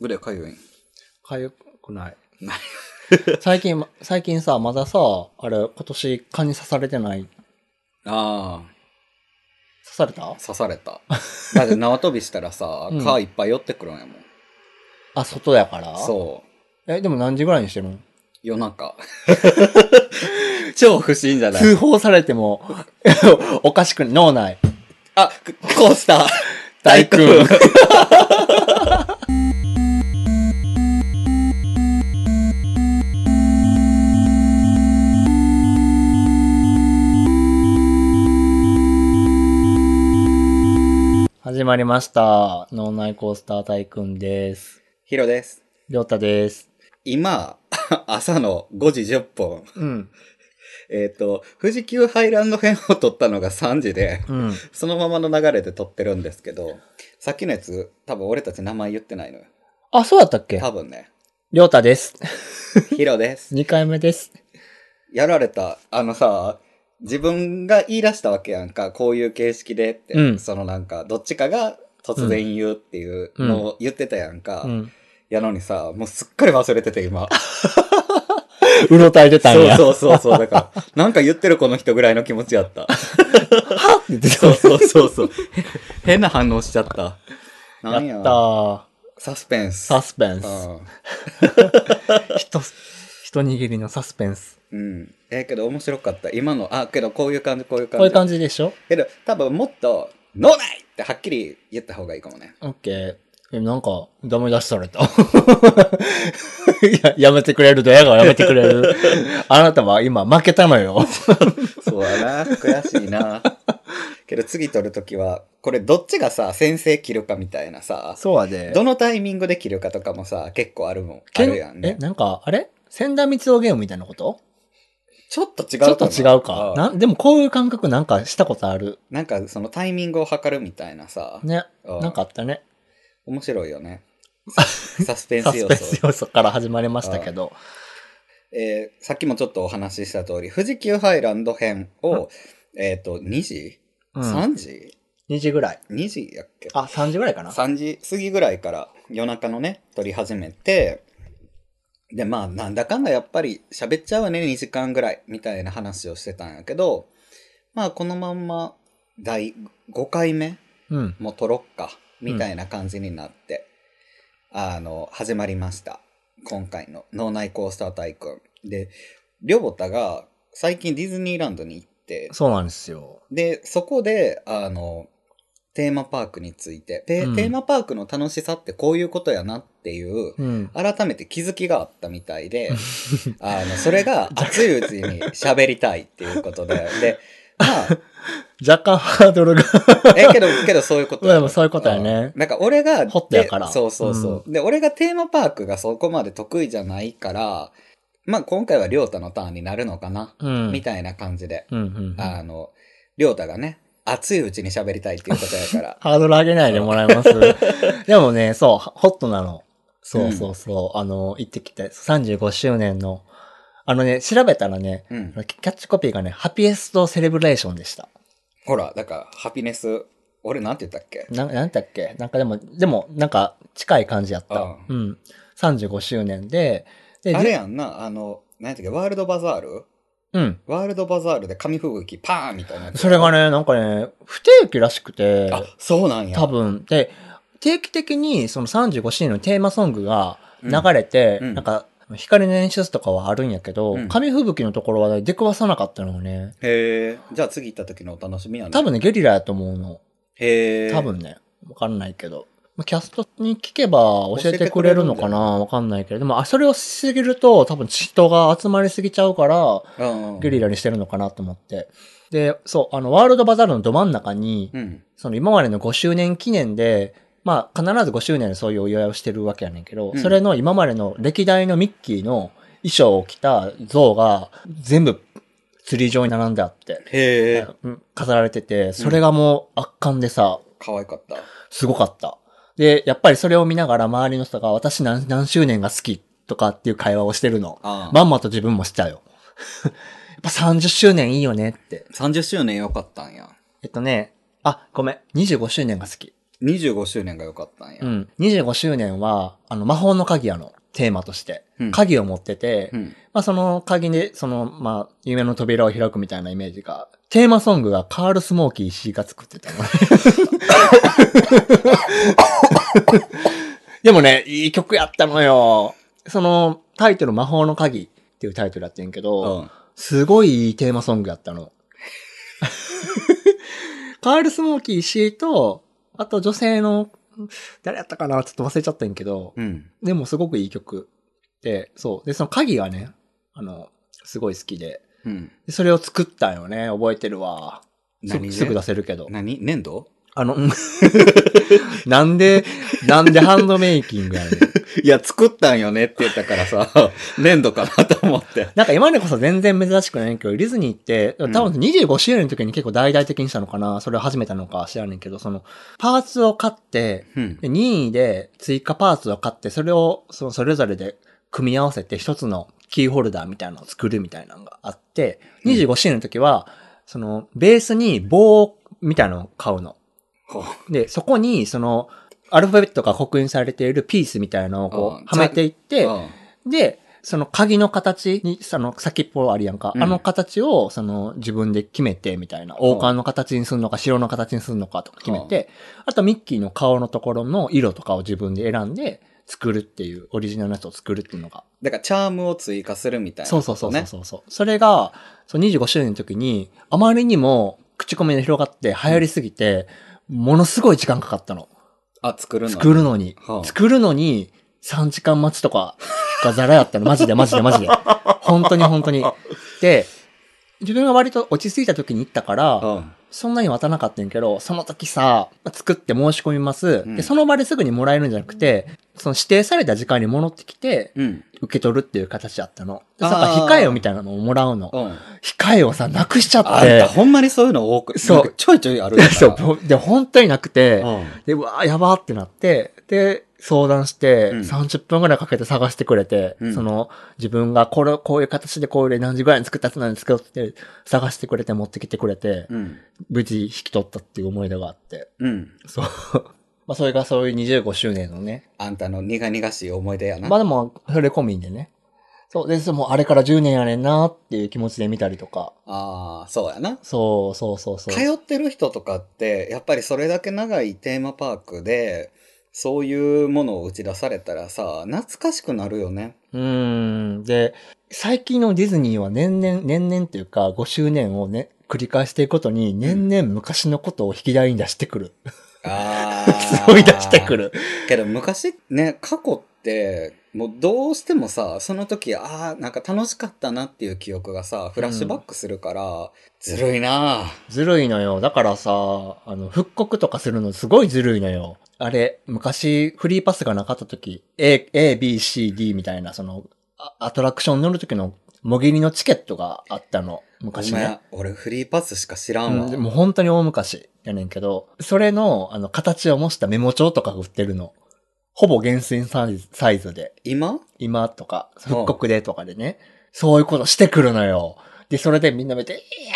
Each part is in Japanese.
ぐらいかゆいん。かゆくないな。 最近、最近さ、まださ、あれ、今年蚊に刺されてない。刺あされたあ、刺され た。だって縄跳びしたらさうん、蚊いっぱい寄ってくるんやもん。あ、外やからう。そう。え、でも何時ぐらいにし てるの夜中。超不審じゃない通報されても、 おかしくない脳内。あ、コース ター。大君。始まりました。脳内コースター大君です。ヒロです。りょうたです。今、 朝の5時10分。うん。えっ、と、富士急ハイランド編を撮ったのが3時で、うん。そのままの流れで撮ってるんですけど、さっきのやつ、多分俺たち名前言ってないのよ。あ、そうだったっけ多分ね。りょうたです。ヒロです。 2回目です。やられた、あのさ、自分が言い出したわけやんか、こういう形式でって、うんそのなんか、どっちかが突然言うっていうのを言ってたやんか。うん。やのにさ、もうすっかり忘れてて 今。うろたえてたんそうや。そうそうそう、だから、なんか言ってるこの人ぐらいの気持ちや った。言ってたそうそうそうそう。変な反応しちゃった。なんやったー。サスペンス。サスペンス。う一す、一握りのサスペンス。ん。うん。ええけど面白かった。今の、あ、けどこういう感じ、こういう感じ。こういう感じでしょけど、多分もっと、脳内ってはっきり言った方がいいかもね。オッケー。え、なんか、ダメ出しされた。 いや、やめてくれる、ドヤ顔やめてくれ る。あなたは今負けたのよ。そうだな。悔しいな。 けど次撮るときは、これどっちがさ、先生切るかみたいなさ、そうはでどのタイミングで切るかとかもさ、結構あるもん。あけんるやんえ、ね。なんか、あれ千田光夫ゲームみたいなことちょっと違うちょかっとな違うか。うんなんでもこういう感覚なんかしたことある。なんかそのタイミングを測るみたいなさ、ね。うんなんかあったね。面白いよ ね。サスペンサスス要ペン素ス。要素から始まりましたけど。えーさっきもちょっとお話しした通り、富士急ハイランド編を、えっ、と、2時、うん。 ?3 時2時ぐらい。 ?2 時やっけあ、3時ぐらいかな。 ?3 時過ぎぐらいから夜中のね、撮り始めて、で、まあ、なんだかんだやっぱり喋っちゃうね、2時間ぐらい、みたいな話をしてたんやけど、まあ、このまんま、第5回目うん。もう撮ろっか、みたいな感じになって、あの、始まりました。今回の脳内コースター大君。で、りょぼたが最近ディズニーランドに行って、そうなんですよ。で、そこで、あの、テーマパークについて、でうんテーマパークの楽しさってこういうことやなっていう、うん。改めて気づきがあったみたい で、あの、それが熱いうちに喋りたいっていうこと で、で、まあ、若干ハードルがえ、けど、けどそういうことまあまあそういうことやねうんなんか俺が、ホットやからでそうそうそう、で、俺がテーマパークがそこまで得意じゃないから、まあ今回はりょうたのターンになるのかな、うんみたいな感じで。うんうんうん。あハの、りょうたがね、熱いうちに喋りたいっていうことや から。ードル上げないでもらえます でもね、そう、ホットなの。そうそうそう。あの、行ってきて、35周年の。あのね、調べたらね、うんキ。ャッチコピーがね、ハピエストセレブレーションでした。ほら、だから、ハピネス、俺なんて言ったっけな、なんだっけなんかでも、でも、なんか近い感じやった。ああうん。35周年で、で、あれじやんな、あの、何やったっけ、ワールドバザールうん。ワールドバザールで紙吹雪パーンみたいなやつ。それがね、なんかね、不定期らしくて。あ、そうなんや。多分。で、定期的にその35周年のテーマソングがうん流れて、うんなんか、光の演出とかはあるんやけど、うん紙吹雪のところはね出くわさなかったのね。へえ。じゃあ次行った時のお楽しみやね。多分ね、ゲリラやと思うの。へえ。多分ね。わかんないけど。まあキャストに聞けば教えてくれるのかなわかんないけど。でも、あ、それをしすぎると、多分人が集まりすぎちゃうから、うんうん。ゲリラにしてるのかなと思って。で、そう、あの、ワールドバザールのど真ん中に、うん。その今までの5周年記念で、まあ必ず5周年でそういうお祝いをしてるわけやねんけど、うんそれの今までの歴代のミッキーの衣装を着た像が全部釣り上に並んであって、へえ。うん飾られてて、それがもう圧巻でさ、可愛かった。すごかった。で、やっぱりそれを見ながら周りの人が私何何周年が好きとかっていう会話をしてるの。あまんまと自分もしちゃうよ。 やっぱ30周年いいよねって。 30周年良かったんや。えっとね、あ、ごめん、25周年が好き。 25周年が良かったんや。うん。25周年は、あの、魔法の鍵やの、テーマとして。うん鍵を持ってて、うん。まあその鍵で、その、まあ、夢の扉を開くみたいなイメージが、テーマソングがカール・スモーキー石井が作ってた の。でもね、いい曲やったのよ。その、タイトル、魔法の鍵っていうタイトルやってんけど、うん。すごいいいテーマソングやっ たの。カール・スモーキー石井と、あと女性の、誰やったかなちょっと忘れちゃったんやけど、うん。でもすごくいい曲で、そう。で、その鍵がね、あの、すごい好きで。うん。でそれを作ったんよね。覚えてるわ。す何ぐですぐ出せるけど。何粘土あの、うん なんで、なんでハンドメイキングやねん。 いや、作ったんよねって言ったからさ、 粘土かなと思って。なんか今でこそ全然珍しくないんけど、ディズニーって、多ん分25周年の時に結構大々的にしたのかな、それを始めたのか知らねんけど、その、パーツを買って、うんで。任意で追加パーツを買って、それを、そのそれぞれで組み合わせて一つのキーホルダーみたいなのを作るみたいなのがあって、うん25周年の時は、その、ベースに棒みたいなのを買うの。ほうで、そこに、その、アルファベットが刻印されているピースみたいなのをこあう、はめていって、うんで、その鍵の形に、その先っぽあるやんか。うんあの形を、その自分で決めてみたいな。王冠の形にするのか、城の形にするのかとか決めて、あとミッキーの顔のところの色とかを自分で選んで作るっていう、オリジナルのやつを作るっていうのが。だから、チャームを追加するみたいな、そうそうそうそう。そうそう。それが、そう25周年の時に、あまりにも口コミで広がって流行りすぎて、ものすごい時間かかったの。あ、作るの。作るのに。はあ作るのに、3時間待ちとかがザラやったの。マジでマジでマジで。本当に本当に。で、自分が割と落ち着いた時に行ったから、うん。そんなに待たなかったんやけど、その時さ、作って申し込みます。うんで、その場ですぐにもらえるんじゃなくて、その指定された時間に戻ってきて、うん。受け取るっていう形だったの。であそーっか、控えをみたいなのをもらうの。うん。控えをさ、なくしちゃあっんた、て。ほんまにそういうの多く、そうなんかちょいちょいあるから。 そうぼ、で、本当になくて、うん。で、うわーやばーってなって、で、相談して、うん30分ぐらいかけて探してくれて、うんその、自分がこれ、こういう形でこういう何時ぐらいに作ったやつなんですけどって、探してくれて持ってきてくれて、うん。無事引き取ったっていう思い出があって。うん。そう。まあ、それがそういう25周年のね。あんたの苦々しい思い出やな。まあでも、それ込みでね。そう。で、そうもうあれから10年やねんなーっていう気持ちで見たりとか。ああ、そうやな。そうそうそうそう。通ってる人とかって、やっぱりそれだけ長いテーマパークで、そういうものを打ち出されたらさ、懐かしくなるよね。うーん。で、最近のディズニーは年々、年々っていうか5周年をね、繰り返していくことに、年々昔のことを引き台に出してくる。あ 思い出してく。る。けど昔ね、過去って、もうどうしてもさ、その時、ああ、なんか楽しかったなっていう記憶がさ、フラッシュバックするから、ずるいなあずるいのよ。だからさ、あの、復刻とかするのすごいずるいのよ。あれ、昔、フリーパスがなかった時、A、A、B、C、D みたいな、その、あアトラクション乗る時の、もぎりのチケットがあったの。お昔ね。前、俺フリーパスしか知らんわ。うんでもう本当に大昔やねんけど、それの、あの、形を模したメモ帳とかが売ってるの。ほぼ原寸サイズサイズで、今今とか、うん復刻でとかでね、そういうことしてくるのよ。で、それでみんな見て、いや、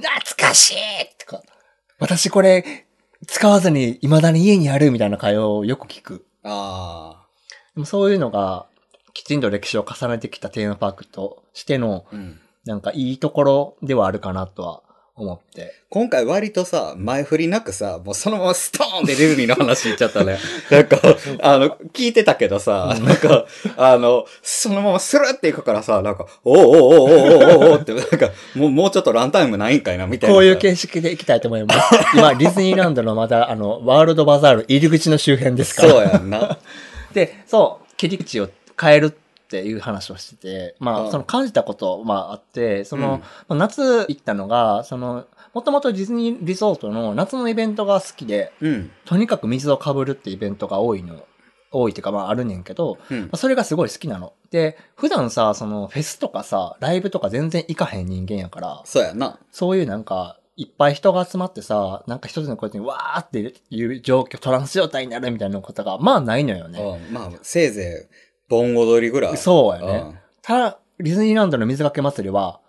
懐かしいとか、私これ、使わずに未だに家にあるみたいな会話をよく聞く。あでもそういうのが、きちんと歴史を重ねてきたテーマパークとしての、あ、うん。なんかいいところではあるかなとは思って。今回割とさ、前振りなくさ、もうそのままストーンでディズニーの話いっちゃった ね。なんか、あの、聞いてたけどさ、うんなんか、あの、そのままスルっていくからさ、なんか、おうおうおうおうおうおうって、なんか、もう、もうちょっとランタイムないんかいな、みたいな。こういう形式で行きたいと思い ます。今、ディズニーランドのまた、あの、ワールドバザール入り口の周辺ですかそうら。やんな。で、そう、切り口を変えるっていう話をしてて、まうんあ、その感じたこと、まああって、 そうんの、まあ夏行ったのが、その、もともとディズニーリゾートの夏のイベントが好きで、うん。とにかく水をかぶるってイベントが多いの、多いっていうか、まああるねんけど、うんまあ。それがすごい好きなの。で、普段さ、そのフェスとかさ、ライブとか全然行かへん人間やから、そうやな。そういうなんか、いっぱい人が集まってさ、なんか一つのことにわーっていう状況、トランス状態になるみたいなことが、まあないのよね。うん。まあ、せいぜい、盆踊りぐらい。そううやね。ただ、ディズニーランドの水かけ祭りは、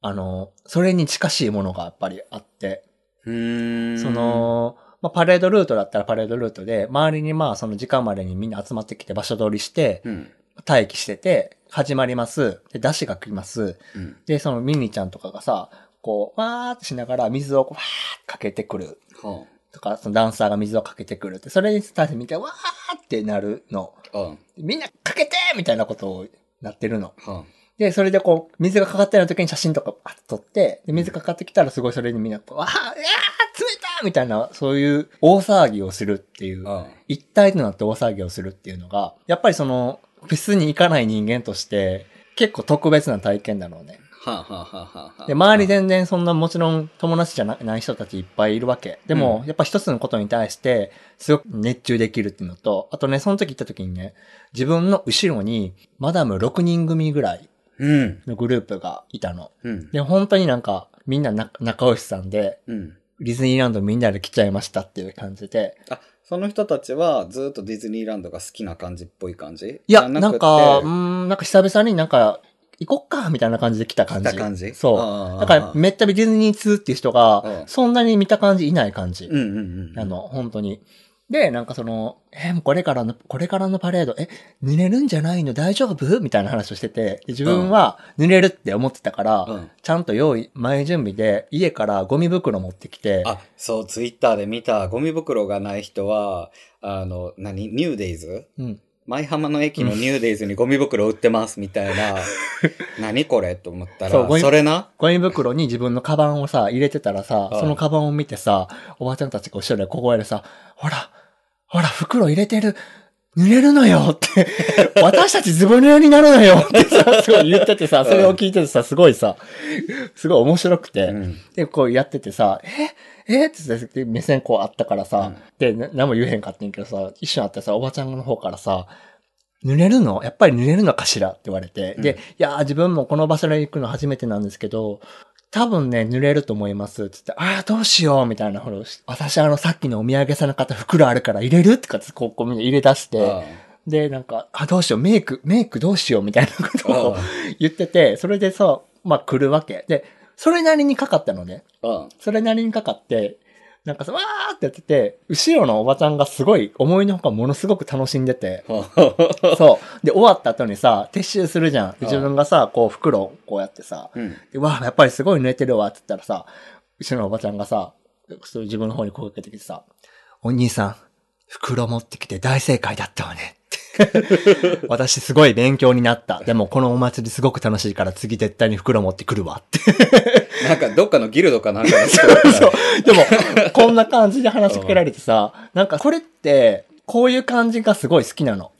あの、それに近しいものがやっぱりあって、ん。うーん。そ、の、まあ、パレードルートだったらパレードルートで、周りにまあその時間までにみんな集まってきて場所取りして、うん。待機してて、始まります。で、出汁が来ます。うん。で、そのミニちゃんとかがさ、こう、わーってしながら水をこう、わーってかけてくる。はとか、そのダンサーが水をかけてくるって、それに対してみんな、わーってなるの。あ。うん。みんなかけてみたいなことをなってるの。はで、それでこう、水がかかってる時に写真とかパッと撮って、で、水かかってきたらすごいそれにみんな、わあ、いやー、冷たみたいな、そういう大騒ぎをするっていあ。う、あ一体となって大騒ぎをするっていうのが、やっぱりその、フェスに行かない人間として、結構特別な体験だろうね。あ。はあはあはあはあ。で、周り全然そんなもちろん友達じゃなない人たちいっぱいいるわけ。でも、うやっぱ一つのことに対して、すごく熱中できるっていうのと、あとね、その時行った時にね、自分の後ろに、マダム6人組ぐらいうん。のグループがいたの。うん。で、本当になんか、みんなな仲良しさんで、うん。ディズニーランドみんなで来ちゃいましたっていう感じで。あ、その人たちはずっとディズニーランドが好きな感じっぽい感じいや、じゃなんくてか、うーん、なんか久々になんか、行こっか、みたいな感じで来た感来じ。た感じそう。うだから、めったびディズニー2っていう人がう、んそんなに見た感じいない感じ。うんうんうん。あの、本当に。で、なんかその、え、もうこれからの、これからのパレード、え、濡れるんじゃないの大丈夫みたいな話をしてて、で自分は濡れるって思ってたから、うん。ちゃんと用意、前準備で、家からゴミ袋持ってきて、あ、そう、ツイッターで見た、ゴミ袋がない人は、あの、何ニューデイズうん。舞浜の駅のニューデイズにゴミ袋売ってますみたいな、何これと思ったそうら、ゴそミれなゴミ袋に自分のカバンをさ、入れてたらさ、うんそのカバンを見てさ、おばあちゃんたちが後ろで小声でさ、ほら、ほら、袋入れてる、濡れるのよって、私たちズボ濡れになるのよってさ、すごい言っててさ、それを聞いててさ、すごいさ、すごい面白くて、うん。で、こうやっててさ、ええってって目線こうあったからさ、で、な何も言えへんかってんけどさ、一瞬あってさ、おばちゃんの方からさ、濡れるのやっぱり濡れるのかしらって言われて。で、うんいやー、自分もこの場所に行くの初めてなんですけど、多分ね、濡れると思います。って言って、ああ、どうしようみたいなほら私あの、さっきのお土産屋さんの方袋あるから入れるってかって、こう、こうみんな入れ出して、あで、なんか、あ、どうしよう、メイク、メイクどうしようみたいなことをあ言ってて、それでさ、まあ来るわけ。で、それなりにかかったのね。あそれなりにかかって、なんかさ、わーってやってて、後ろのおばちゃんがすごい、思いのほかものすごく楽しんでて、あそう。で、終わった後にさ、撤収するじゃん。で自分がさ、こう袋をこうやってさ、うん。でわー、やっぱりすごい濡れてるわ、って言ったらさ、後ろのおばちゃんがさ、そう自分の方に声かけてきてさ、お兄さん、袋持ってきて大正解だったわね。って私すごい勉強になった。でもこのお祭りすごく楽しいから次絶対に袋持ってくるわって。なんか、どっかのギルドかなんかの人そう。でも、こんな感じで話しかけられてさ、なんかこれって、こういう感じがすごい好きなの。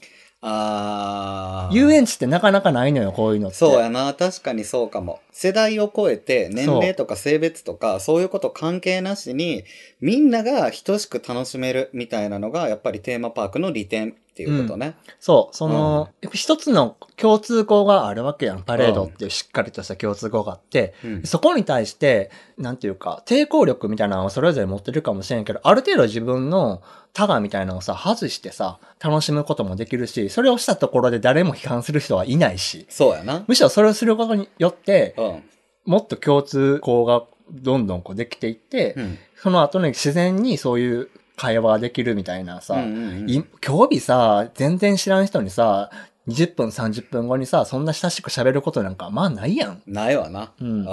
ああ。遊園地ってなかなかないのよ、こういうのって。そうやな確かにそうかも世代を超えて年そう齢とか性別とかそういうこと関係なしにみんなが等しく楽しめるみたいなのがやっぱりテーマパークの利点っていうことね、そう、その、やっぱ一つの共通項があるわけやん。パレードっていうしっかりとした共通項があって、うんそこに対して、なんていうか、抵抗力みたいなのをそれぞれ持ってるかもしれんけど、ある程度自分のタガみたいなのをさ、外してさ、楽しむこともできるし、それをしたところで誰も批判する人はいないし、そうやなむしろそれをすることによって、うんもっと共通項がどんどんこうできていって、うんその後に自然にそういう会話ができるみたいなさ、うんうんうんい興味さ、全然知らん人にさ、20分、30分後にさ、そんな親しく喋ることなんか、まあないやん。ないわな、う。うん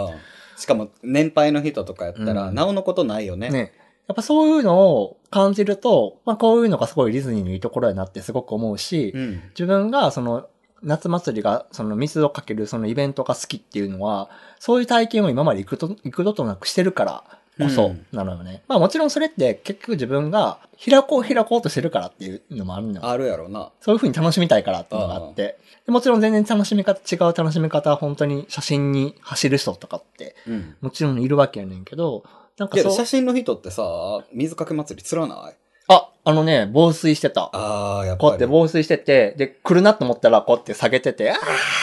しかも年配の人とかやったら、うんなおのことないよねね。やっぱそういうのを感じると、まあこういうのがすごいディズニーのいいところになってすごく思うし、うん自分がその夏祭りがその水をかけるそのイベントが好きっていうのは、そういう体験を今まで幾度幾度となくしてるからこうそんなのよね。まあもちろんそれって結局自分が開こう開こうとしてるからっていうのもあるのよ。あるやろなそういう風に楽しみたいからっていうのがあって。でもちろん全然楽しみ方、違う楽しみ方は本当に写真に走る人とかって、うんもちろんいるわけやねんけど、なんかけそどう、写真の人ってさ水かけ祭りつらないあ、あのね、防水してた。ああやっこうやぱっりて防水してて、で、来るなと思ったらこうやって下げてて、あー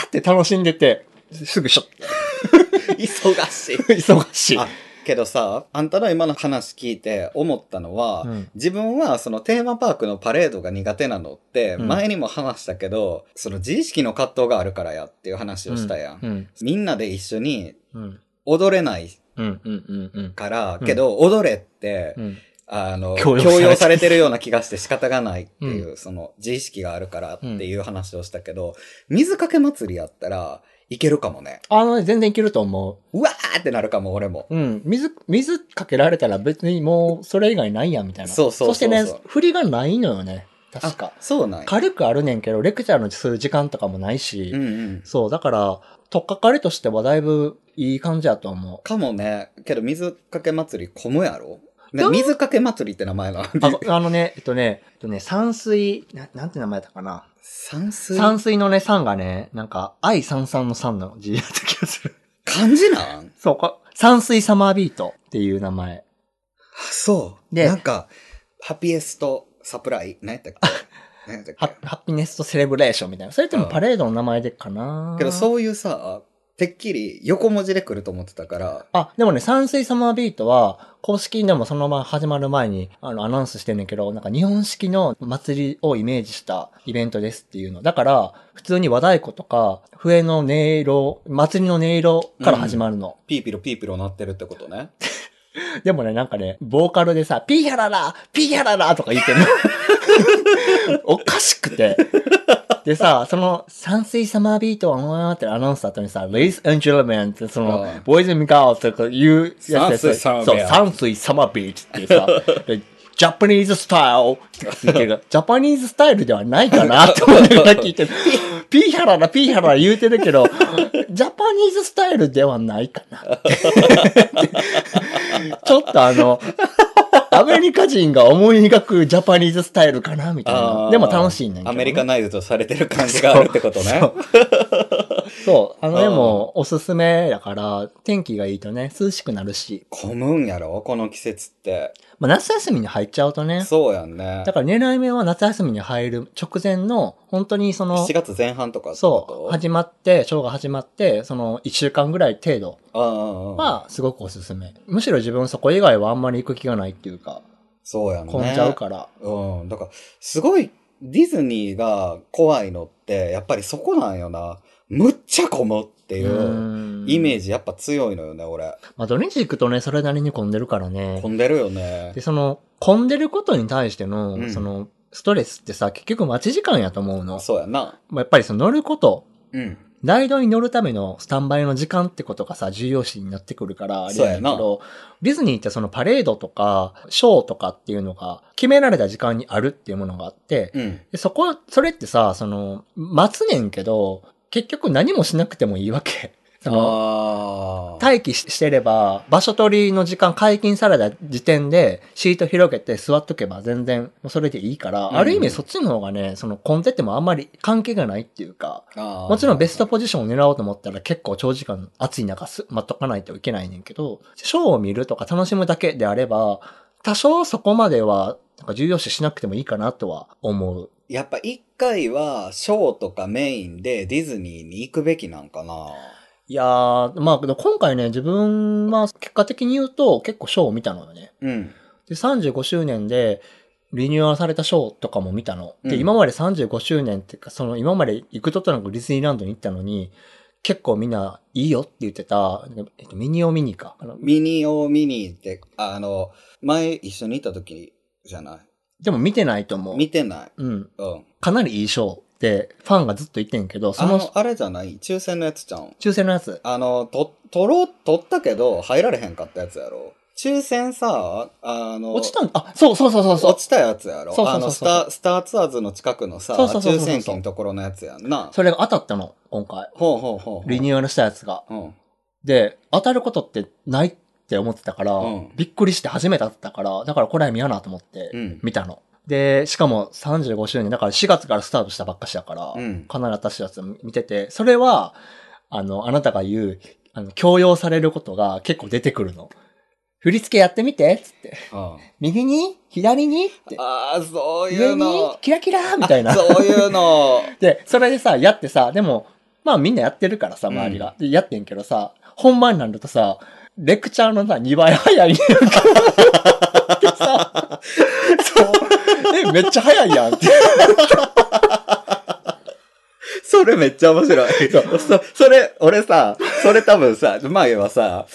って楽しんでて、すぐしょっ、忙しい 忙しい。あけどさあんたの今の話聞いて思ったのは、うん自分はそのテーマパークのパレードが苦手なのってうん前にも話したけど、その自意識の葛藤があるからやっていう話をしたやん、うん。みんなで一緒にうん。踊れないうん。うん。うん。うん。からうんけど踊れってうん。あの、強強要要されてされてるような気がして仕方がないっていう、その、自意識があるからっていう話をしたけど、水かけ祭りやったらいけるかもね。あの、全然いけると思うわーってなるかも、俺も。う。うん。水、水かけられたら別にもうそれ以外ないやんみたいな。そうそうそうそうそしてね、振りがないのよね。確か。そうなんや。軽くあるねんけど、レクチャーのする時間とかもないし、うんうん。そう、だから、とっかかりとしてはだいぶいい感じやと思かもね、けど水かけ祭り混むやろ、ねどう水かけ祭りって名前なう。あのあのね、えっとね、えっとね、山水、ななんて名前だったかな。算数山水のね、山がね、なんか、愛三三の三の字やった気がする。 漢字なんそうか、山水サマービートっていう名前。あそう。でなんか、ハピエストサプライ、何やったっけ何やったっハけッハッピネスとセレブレーションみたいな。それともパレードの名前でかなけどう。そういうさ、てっきり横文字で来ると思ってたから、あ、でもね、山水サマービートは、公式でもそのまま始まる前に、あの、アナウンスしてんねんけど、なんか日本式の祭りをイメージしたイベントですっていうの。だから、普通に和太鼓とか、笛の音色、祭りの音色から始まるの。ピーピロピーピロなってるってことね。でもね、なんかね、ボーカルでさ、ピーヤララピーヤララとか言って んの。おかしくて。でさ、その、山水サマービートは、うわーってアナウンスだったのにさ、Ladies and Gentlemen って、そのうん、ボーイズミカーとか言うやつ山で水サマービートそう、山水サマービートってさ、 でジャパニーズスタイルって言ってるけど、ジャパニーズスタイルではないかなって思いながら聞い てる。ピーハララ、ピーハララ言うてるけど、ジャパニーズスタイルではないかなちょっと あの、アメリカ人が思い描くジャパニーズスタイルかなみたいあな。ーでも楽しいねんけどねアメリカナイズとされてる感じがあるってことね。そう。あの、うんでも、おすすめだから、天気がいいとね、涼しくなるし。混むんやろこの季節って。まあ、夏休みに入っちゃうとね。そうやんねだ。から狙い目は夏休みに入る直前の、本当にその7、月前半とかってそう、こと始まって、ショーが始まって、その1週間ぐらい程度そうああ、はすごくおすすめ。むしろ自分そこ以外はあんまり行く気がないっていうか、そうやんね。混んじゃうから。うん。だから、すごい、ディズニーが怖いのって、やっぱりそこなんよな。むっちゃ混むっていうイメージ。ジやっぱ強いのよね、俺。まあ、土日行くとね、それなりに混んでるからね。混んでるよねで、。その、混んでることに対しての、うんその、ストレスってさ、結局待ち時間やと思うの。そうやな。まあやっぱりその乗ること、うん。ライドに乗るためのスタンバイの時間ってことがさ、重要視になってくるから、あれやねんけど、ディズニーってそのパレードとか、ショーとかっていうのが、決められた時間にあるっていうものがあって、うん。でそこ、それってさ、その、待つねんけど、結局何もしなくてもいいわけ。 そのああ。待機ししてれば、場所取りの時間解禁された時点で、シート広げて座っとけば全然、もうそれでいいから、うんある意味そっちの方がね、そのコンテってもあんまり関係がないっていうか、あーもちろんベストポジションを狙おうと思ったら結構長時間暑い中す待っとかないといけないねんけど、ショーを見るとか楽しむだけであれば、多少そこまでは、なんか重要視しなくてもいいかなとは思う。やっぱ一回は、ショーとかメインでディズニーに行くべきなんかな。いやー、まあけど今回ね、自分は結果的に言うと結構ショーを見たのよね。うん。で、35周年で、リニューアルされたショーとかも見たの。で、うん今まで35周年っていうか、その今まで行くととなくディズニーランドに行ったのに、結構みんないいよって言ってた、えっと、ミニオミニか。あのミニオミニって、あの、前一緒に行った時じゃなでも見てないと思。いう見てない。うん。うん。かなりいいショーって、ファンがずっと言ってんけど、そあのの、あれじゃない抽選のやつじゃん。抽選のやつ。あの、と、取ろう、取ったけど、入られへんかったやつやろ。抽選さ、あの、落ちたんあ、そうそうそうそうそう落。ちたやつやろ。そうそうあそうの、スそうター、スターツアーズの近くのさ、そうそうそうそう抽選機のところのやつやんな。それが当たったの、今回。ほうほうほうほう。リニューアルしたやつが。うん。で、当たることってないって思ってたから、うんびっくりして初めて当たったから、だからこれは見やなと思ってうん、見たの。で、しかも35周年、だから4月からスタートしたばっかしだから、うんかなり私たち見てて、それは、あの、あなたが言う、あの、強要されることが結構出てくるの。振り付けやってみてつって。あ右に左にって。あー、そうい上うにの。キラキラみたいな。そういうの。 で、それでさ、やってさ、でも、まあみんなやってるからさ、周りが。でやってんけどさ、本番になるとさ、レクチャーのさ、2倍早いね んか。ってさ、そう。え、めっちゃ早いやんって。 それめっちゃ面白い。そうそそれ、俺さ、それ多分さ、まあ言えばさ、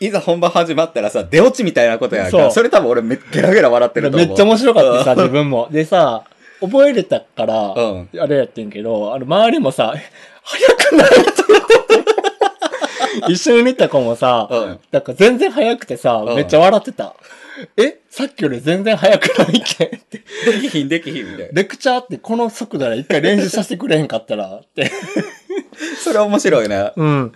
いざ本番始まったらさ、出落ちみたいなことやんそか。うそれ多分俺めゲラゲラ笑ってるとめ思う。っちゃ面白かったさ、自分も。でさ、覚えれたから、うん。あれやってんけど、あの、周りもさ、 え早くないって言ってて。一緒に見た子もさ、うん。なんか全然早くてさ、うんめっちゃ笑ってた。えさっきより全然早くないけんって。できひんできひんみたいな。レクチャーってこの速度で一回練習させてくれへんかったらって。それ面白いね。うん。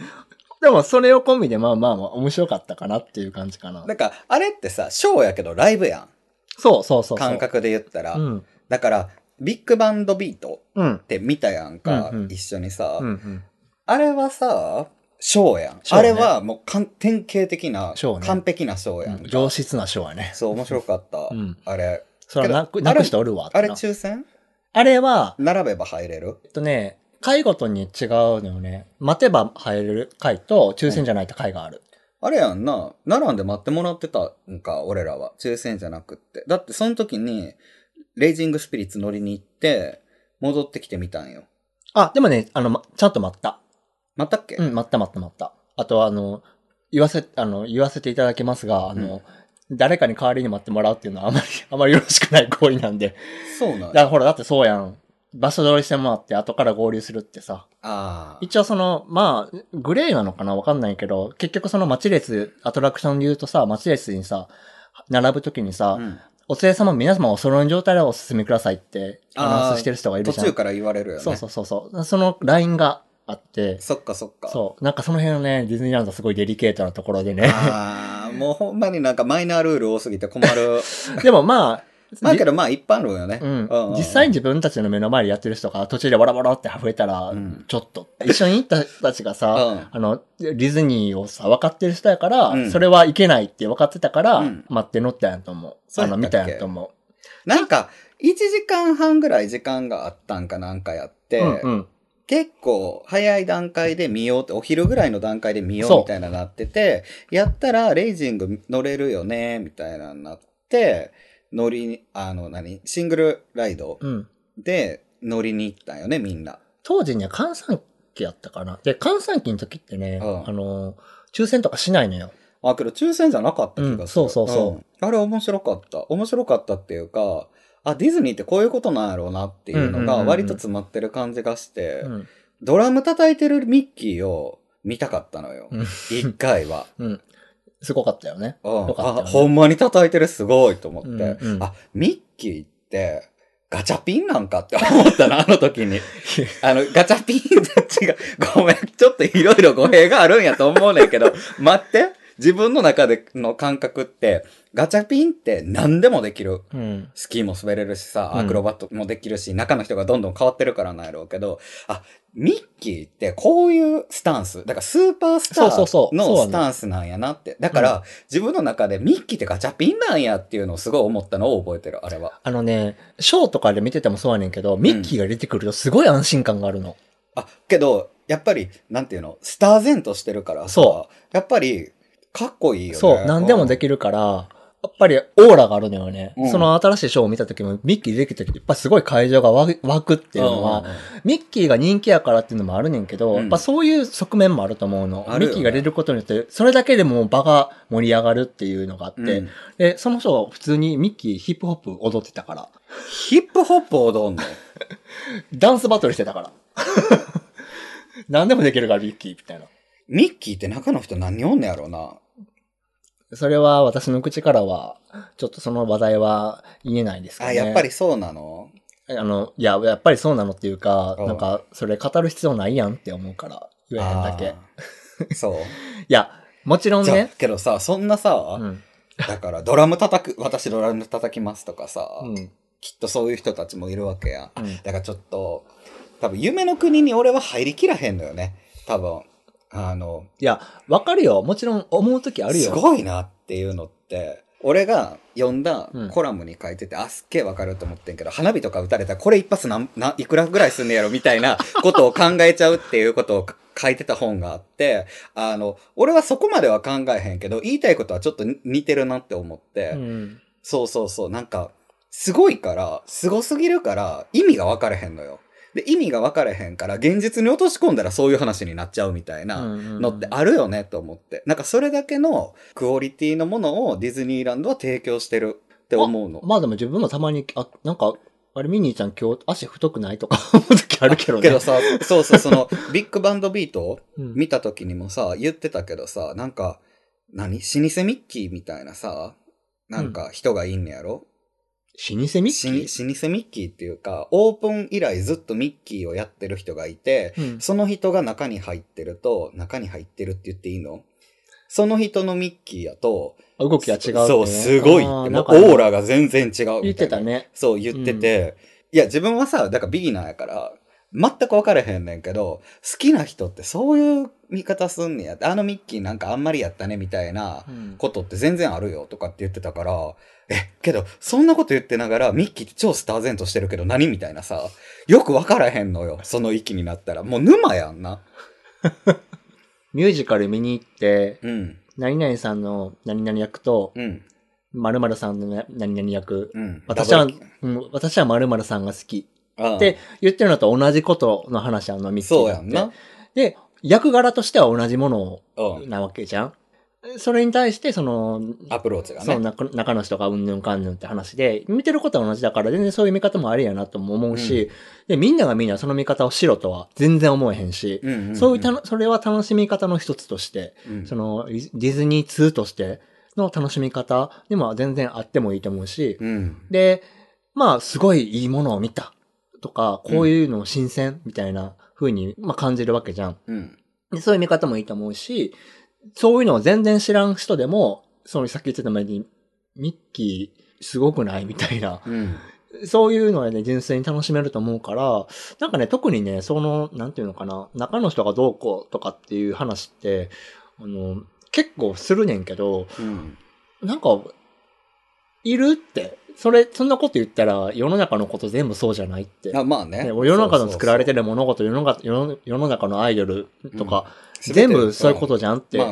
でもそれを込みでまあまあまあ面白かったかなっていう感じかな。なんか、あれってさ、ショーやけどライブやん。そうそうそうそう。感覚で言ったら。うん。だから、ビッグバンドビートうん。って見たやんか、うんうん一緒にさ、うんうん。あれはさ、ショーやん。ショーあねれはもうかん典型的な、ショーね完璧なショーやんか。上質な賞はね。そう、面白かった。うんあれ、それはなけくどなくしておるわってあなれ抽選あれは、並べば入れるえっとね、回ごとに違うのよね。待てば入れる回と、抽選じゃないと回がある。あれやんな。並んで待ってもらってたんか、俺らは。抽選じゃなくって。だってその時に、レイジングスピリッツ乗りに行って、戻ってきてみたんよ。あ、でもね、あの、まちゃんと待った。またっけ、うん、待った待った待った。あと、あの、言わせ、あの、言わせていただきますが、あの、誰かに代わりに待ってもらうっていうのはあまり、 あまりよろしくない行為なんで。そうなだんからや。ほら、だってそうやん。場所取りしてもらって、後から合流するってさ。ああ。一応その、まあ、グレーなのかなわかんないけど、結局その待ち列、アトラクションで言うとさ、待ち列にさ、並ぶときにさ、うんお連れ様、皆様お揃いの状態でお進みくださいってアナウンスしてる人がいる途じゃん。中から言われるよね。そうそうそうそう。そのラインがあって、そっかそっか。そう。なんかその辺のね、ディズニーランドはすごいデリケートなところでね。ああ、もうほんまになんかマイナールール多すぎて困 る。でもまあ、まあけどまあ一般論よね。うん、実際に自分たちの目の前でやってる人が途中でボラボラって溢れたら、うんちょっと。一緒に行った人たちがさ、うんあの、ディズニーをさ、分かってる人やから、うんそれはいけないって分かってたから、うん待って乗ったんやと思う。そうあやったの、っけ見たんやと思なんか、1時間半ぐらい時間があったんかなんかやって、う。うんうん。結構早い段階で見ようって、お昼ぐらいの段階で見よそううみたいななってて、やったらレイジング乗れるよね、みたいななって、乗りに、あの何、シングルライドうん。で乗りに行ったんよね、みんな。当時には閑散期やったかな。で、閑散期の時ってね、うんあの、抽選とかしないのよ。あ、けど抽選じゃなかった気がする。うんそうそうそううんあれ面白かった。面白かったっていうか、あ、ディズニーってこういうことなんやろうなっていうのがうんうんうんうん割と詰まってる感じがして、うん。ドラム叩いてるミッキーを見たかったのよう。ん一、回は。うん。すごかったよね。うんよかったあ、よねほんまに叩いてるすごいと思って、うんうんあ、ミッキーって、ガチャピンなんかって思ったな、あの時 に。あの、ガチャピンたちが、ごめん、ちょっといろいろ語弊があるんやと思うねんけど、待って、自分の中での感覚って、ガチャピンって何でもできる。うん。スキーも滑れるしさ、うんアクロバットもできるし、中の人がどんどん変わってるからなんやろうけど、あ、ミッキーってこういうスタンス、だからスーパースタそうそうそーうそうなののスタンスなんやなって。だから、自分の中でミッキーってガチャピンなんやっていうのをすごい思ったのを覚えてる、あれは。あのね、ショーとかで見ててもそうやねんけど、ミッキーが出てくるとすごい安心感があるの。あ、けど、やっぱり、なんていうの、スターゼンとしてるからさ、そやっぱり、かっこいいよね。そう、何でもでききるから、やっぱりオーラがあるのよね。うんその新しいショーを見た時も、ミッキー出てきた時、やっぱすごい会場がわ湧くっていうのは、ミッキーが人気やからっていうのもあるねんけど、うんやっぱそういう側面もあると思うの。あるよミねッキーが出ることによって、それだけでもう場が盛り上がるっていうのがあって、うんで、その人が普通にミッキーヒップホップ踊ってたから、ヒップホップ踊んの。ダンスバトルしてたから。 何でもできるから、ミッキーみたいな。ミッキーって中の人何おんねやろうな。それは私の口からは、ちょっとその話題は言えないですけど、あ、ね。やっぱり。そうなのあの、いや、やっぱりそうなのっていうか、うんなんか、それ語る必要ないやんって思うから、言えへんだけ。いけ。 そう。や、もちろんじゃあね。けどさ、そんなさ、うん。だからドラム叩く、私ドラム叩きますとかさ、うん。きっとそういう人たちもいるわけやん。うんだからちょっと、多分夢の国に俺は入りきらへんのよね。多分。あの、いや、わかるよ。もちろん思うときあるよ。すごいなっていうのって、俺が読んだうんコラムに書いてて、あ、すっげえわかると思ってんけど、花火とか撃たれたらこれ一発なん、な、いくらぐらいすんねやろみたいなことを考えちゃうっていうことを書いてた本があって、あの、俺はそこまでは考えへんけど、言いたいことはちょっと似てるなって思って、うん。そうそうそう、なんか、すごいから、すごすぎるから、意味がわからへんのよ。で、意味が分からへんから、現実に落とし込んだらそういう話になっちゃうみたいなのってあるよねと思って。なんかそれだけのクオリティのものをディズニーランドは提供してるって思うの。まあでも自分もたまに、あ、なんか、あれミニーちゃん今日足太くないとか 思う時あるけどね。けどさ、そうそう、そ の、ビッグバンドビートをうん見た時にもさ、言ってたけどさ、なんか、何老舗ミッキーみたいなさ、なんか人がいんねやろ、老舗ミッキしー老舗ミッキーっていうか、オープン以来ずっとミッキーをやってる人がいて、うんその人が中に入ってると、中に入ってるって言っていいのその人のミッキーやと、あ動きが違うってね、そう、すごいって、あもうなんオかねーラが全然違うみたいな。言ってたね。そう言ってて、いや自分はさ、だからビギナーやから、全く分からへんねんけど、好きな人ってそういう見方すんねや。あのミッキーなんかあんまりやったねみたいなうんことって全然あるよとかって言ってたから、え、けど、そんなこと言ってながら、ミッキーって超スターゼンとしてるけど何みたいなさ、よく分からへんのよ。その域になったら。もう沼やんな。ミュージカル見に行って、うん、何々さんの何々役と、うん、 〇〇さんの何々役。うん。私ダはブル、うん、私は〇〇さんが好き。ああって言ってるのと同じことの話あのミッキーそうだやってんな。で、役柄としては同じものうん。なわけじゃん。それに対して、その、アプローチがそのね。中中の人がうんぬんかんぬんって話で、見てることは同じだから、全然そういう見方もありやなとも思うし、で、みんながみんなその見方をしろとは全然思えへんし、うんんんそういうたの、それは楽しみ方の一つとして、うんその、ディズニー2としての楽しみ方にも全然あってもいいと思うし、うん。で、まあ、すごいいいものを見たとか、こういうのを新鮮みたいな風に、まあ、感じるわけじゃん。うん。でそういう見方もいいと思うし、そういうのを全然知らん人でも、そのさっき言ってた前に、ミッキーすごくないみたいな。うん。そういうのはね、純粋に楽しめると思うから、なんかね、特にね、その、なんていうのかな、中の人がどうこうとかっていう話って、あの、結構するねんけど、うん。なんか、いるって。それ、そんなこと言ったら、世の中のこと全部そうじゃないって。あまあね。ね、世の中の作られてるる物事、世の中世の世の中のアイドルとか、全部そういうことじゃんって。ま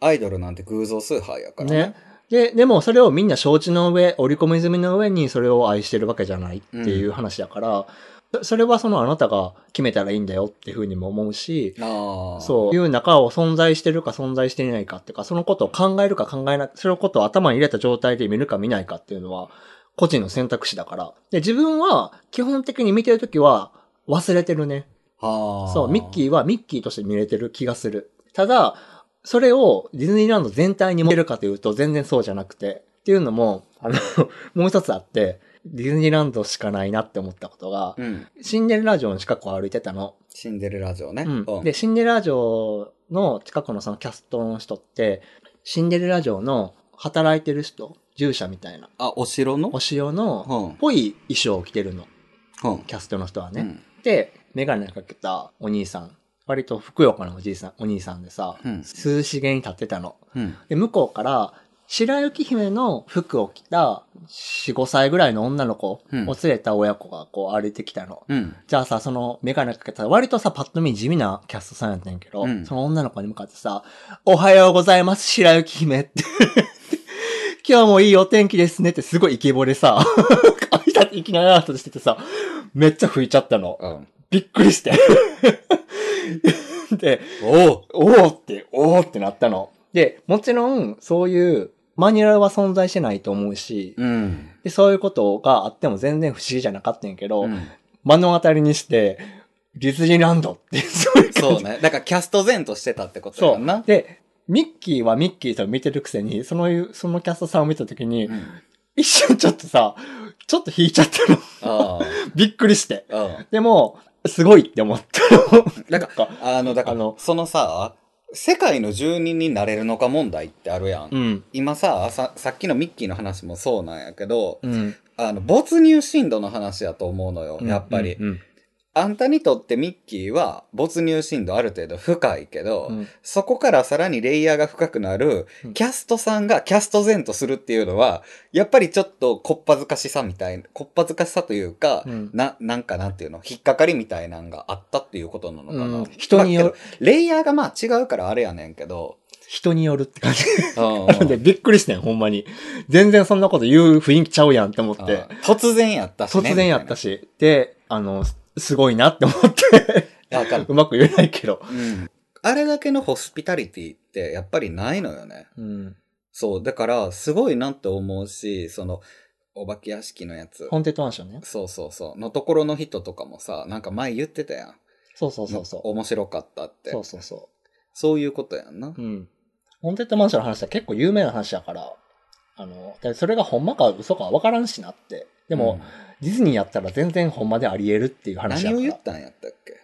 あ、アイドルなんて偶像崇拝やからね。ね。で、でもそれをみんな承知の上、織り込み済みの上にそれを愛してるわけじゃないっていう話だから、そそれはそのあなたが決めたらいいんだよっていうふうにも思うし、ああ。そういう中を存在してるか存在していないかっていうか、そのことを考えるか考えない、そのことを頭に入れた状態で見るか見ないかっていうのは、個人の選択肢だから。で、自分は基本的に見てるときは忘れてるね。ああ。そう、ミッキーはミッキーとして見れてる気がする。ただ、それをディズニーランド全体に持てるかというと全然そうじゃなくて。っていうのも、あの、 もう一つあって、ディズニーランドしかないなって思ったことが、うん。シンデレラ城の近くを歩いてたの。シンデレラ城ね。うん。で、シンデレラ城の近くのそのキャストの人って、シンデレラ城の働いてる人、従者みたいな、あ、お城のお城の、うん。ぽい衣装を着てるの。うん。キャストの人はね。うん。で、メガネかけたお兄さん。割とふくよかなおじいさん、お兄さんでさ、うん涼しげに立ってたの。うん。で、向こうから、白雪姫の服を着た4、5歳ぐらいの女の子をうん連れた親子がこう歩いてきたの。うん。じゃあさ、そのメガネかけた、割とさ、パッと見地味なキャストさんやったんやけど、うんその女の子に向かってさ、おはようございます、白雪姫って。 今日もいいお天気ですねってすごいイケボでさ、 いたっていきなりアートしててさ、めっちゃ吹いちゃったの。うん。びっくりして。で、おおおーって、おーってなったの。で、もちろん、そういうマニュアルは存在してないと思うし、うん。でそういうことがあっても全然不思議じゃなかったんやけど、うん目の当たりにして、ディズニーランドって、そういう感そじう。ね。だからキャスト前としてたってことそやう。んな。で、ミッキーはミッキーと見てるくせに、その、そのキャストさんを見たときに、うん一瞬ちょっとさ、ちょっと引いちゃったの。 あびっくりして。あ。うん。でも、すごいって思ったの。だから、あの、だかあらの、そのさ、世界の住人になれるのか問題ってあるやん。うん。今ささ、さっきのミッキーの話もそうなんやけど、うん。あの、没入深度の話やと思うのよ、やっぱり。うん。あんたにとってミッキーは没入深度ある程度深いけど、うんそこからさらにレイヤーが深くなるうん、キャストさんがキャスト前とするっていうのは、やっぱりちょっとこっぱずかしさみたいな、こっぱずかしさというか、うんな、なんかなんていうの、引っかかりみたいなんがあったっていうことなのかな。うん人によるまあけどレイヤーがまあ違うからあれやねんけど、人によるって感 じ。うん なんで、びっくりしてん、ほんまに。全然そんなこと言う雰囲気ちゃうやんって思っうんて。突然やったしね。突然やったし。で、あの、すごいなって思って、わかる。うまく言えないけど。 うん。あれだけのホスピタリティってやっぱりないのよね。うん。そう。だから、すごいなって思うし、その、お化け屋敷のやつ。ホーンテッドマンションね。そうそうそう。のところの人とかもさ、なんか前言ってたやん。そうそうそうそう。面白かったって。そうそうそそういうことやんなう。。うん。ホーンテッドマンションの話は結構有名な話だから、あの、でそれがほんまか嘘かわからんしなって。でも、ディズニーやったら全然ほんまであり得るっていううん、話だ何かをら。言ったんやったっけ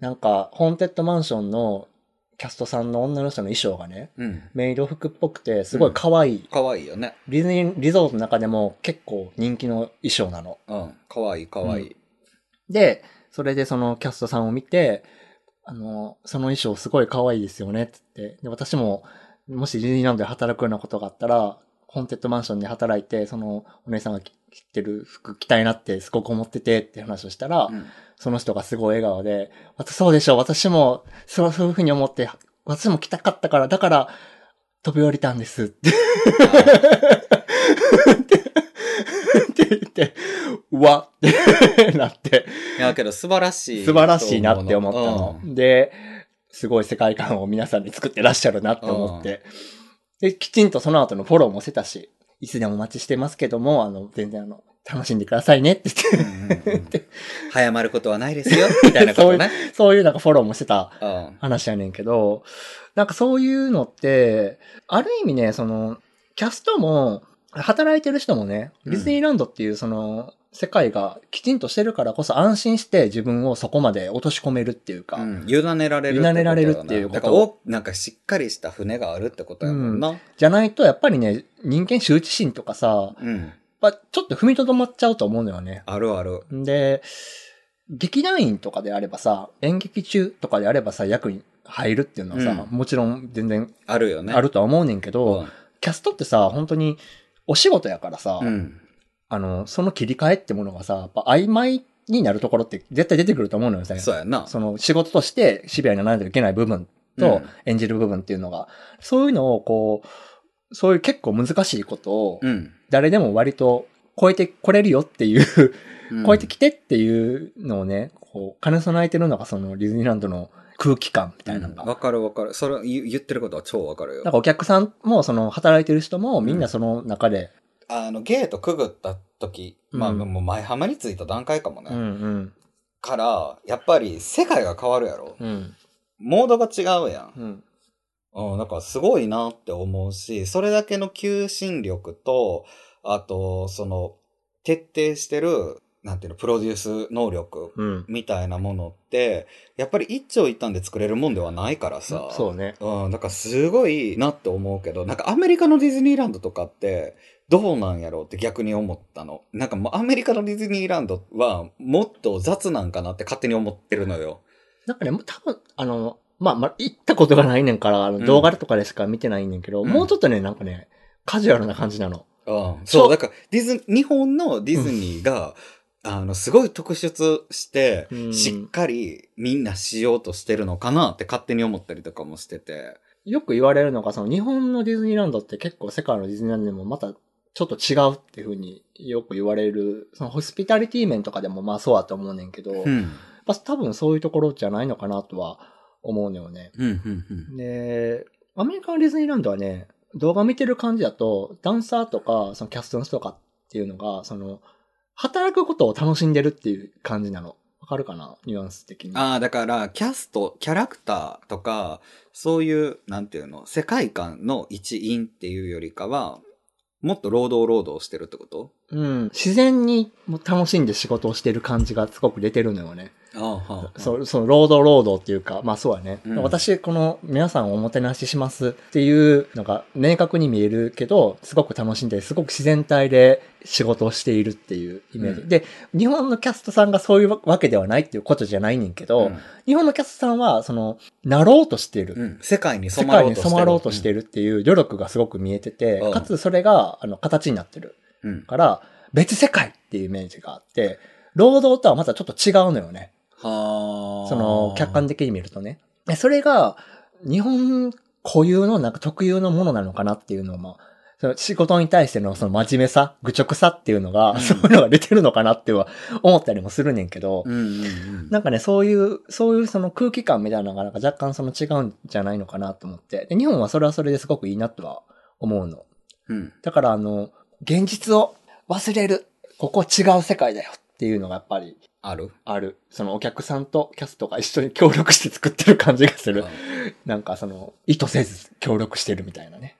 なんか、ホーンテッドマンションのキャストさんの女の人の衣装がね、うん。メイド服っぽくて、すごい可愛い。かわいいよね。ディズニーリゾートの中でも結構人気の衣装なの。うん。かわいいかわいい。で、それでそのキャストさんを見て、あの、その衣装すごい可愛いですよねって言って、で、私も、もしディズニーランドで働くようなことがあったら、ホーンテッドマンションで働いて、そのお姉さんが着着てる服着たいなってすごく思っててって話をしたら、うんその人がすごい笑顔で、私そうでしょう、私もそうそういうふうに思って、私も着たかったから、だから飛び降りたんですって言って、うわって なって、いやけど素晴らしい。 素晴らしいなって思ったの。うんで、すごい世界観を皆さんで作ってらっしゃるなって思って。で、きちんとその後のフォローもしてたし、いつでもお待ちしてますけども、あの、全然あの、楽しんでくださいねってう言っんうん うん早まることはないですよ、みたいなことね。て、そういうなんかフォローもしてたうん話やねんけど、なんかそういうのって、ある意味ね、その、キャストも、働いてる人もね、うんディズニーランドっていうその、世界がきちんとしてるからこそ安心して自分をそこまで落とし込めるっていうか、うん、委ねられるってことだよな。委ねられるっていうこだとからお、なんかしっかりした船があるってことやもんな。じゃないと、やっぱりね、人間羞恥心とかさ、うん。やっぱちょっと踏みとどまっちゃうと思うのよね。あるある。で、劇団員とかであればさ、演劇中とかであればさ、役に入るっていうのはさ、うもちろん全然あるよね。あるとは思うねんけど、うん。キャストってさ、本当にお仕事やからさ、うん。あの、その切り替えってものがさ、やっぱ曖昧になるところって絶対出てくると思うのよね。そうやな。その仕事としてシビアにならないといけない部分うとん演じる部分っていうのが、そういうのをこう、そういう結構難しいことをうん。誰でも割と超えてこれるよっていう、うん超えてきてっていうのをね、こう、兼ね備えてるのがそのディズニーランドの空気感みたいなのが。わかるわかる。それ言言ってることは超わかるよなん。かお客さんもその働いてる人もみんなその中で、あの、ゲートくぐった時、まあ、うんもう前浜に着いた段階かもね。うんうんから、やっぱり世界が変わるやろ。うんモードが違うやん。うんうん、なんかすごいなって思うし、それだけの求心力と、あと、その、徹底してる、なんていうの、プロデュース能力うんみたいなものって、やっぱり一長一短で作れるもんではないからさ。そうね。うん、なんかすごいなって思うけど、なんかアメリカのディズニーランドとかって、どうなんやろうって逆に思ったの。なんかもうアメリカのディズニーランドは、もっと雑なんかなって勝手に思ってるのよ。なんかね、もう多分、あの、まあ、まあ、行ったことがないねんから、あのうん動画とかでしか見てないねんけど、うんもうちょっとね、なんかね、カジュアルな感じなの。うん、そそうう、だから、ディズニ、日本のディズニーが、あの、すごい特出してう、んしっかりみんなしようとしてるのかなって勝手に思ったりとかもしてて。よく言われるのが、その日本のディズニーランドって結構世界のディズニーランドでもまたちょっと違うっていうふうによく言われる、そのホスピタリティ面とかでもまあそうだと思うねんけど、うやっん。ぱ多分そういうところじゃないのかなとは思うのよね。うん、うん、うん。で、アメリカのディズニーランドはね、動画見てる感じだと、ダンサーとか、そのキャストの人とかっていうのが、その、働くことを楽しんでるっていう感じなの。わかるかなニュアンス的に。ああ、だから、キャスト、キャラクターとか、そういう、なんていうの、世界観の一員っていうよりかは、もっと労働労働してるってことうん。自然にもう楽しんで仕事をしてる感じがすごく出てるのよね。ああ、はそう、その、労働労働っていうか、まあそうやね。うん私、この、皆さんをおもてなししますっていうのが明確に見えるけど、すごく楽しんで、すごく自然体で仕事をしているっていうイメージ。うんで、日本のキャストさんがそういうわけではないっていうことじゃないねんけど、日本のキャストさんは、その、なろうとしている。うん。世界に世染ま界ろうにとしてる。染まろうとしているっていう努力がすごく見えてて、うんかつそれが、あの、形になってる。うん。うん。から、別世界っていうイメージがあって、労働とはまたちょっと違うのよね。はあ。その、客観的に見るとね。でそれが、日本固有の、なんか特有のものなのかなっていうのも、その仕事に対してのその真面目さ、愚直さっていうのが、そういうのが出てるのかなっては思ったりもするねんけど、うんうんうん。なんかね、そういう、そういうその空気感みたいなのがなんか若干その違うんじゃないのかなと思って。で、日本はそれはそれですごくいいなとは思うの。うんだからあの、現実を忘れる。ここ違う世界だよっていうのがやっぱりあるある。そのお客さんとキャストが一緒に協力して作ってる感じがする。なんかその、意図せず協力してるみたいなね。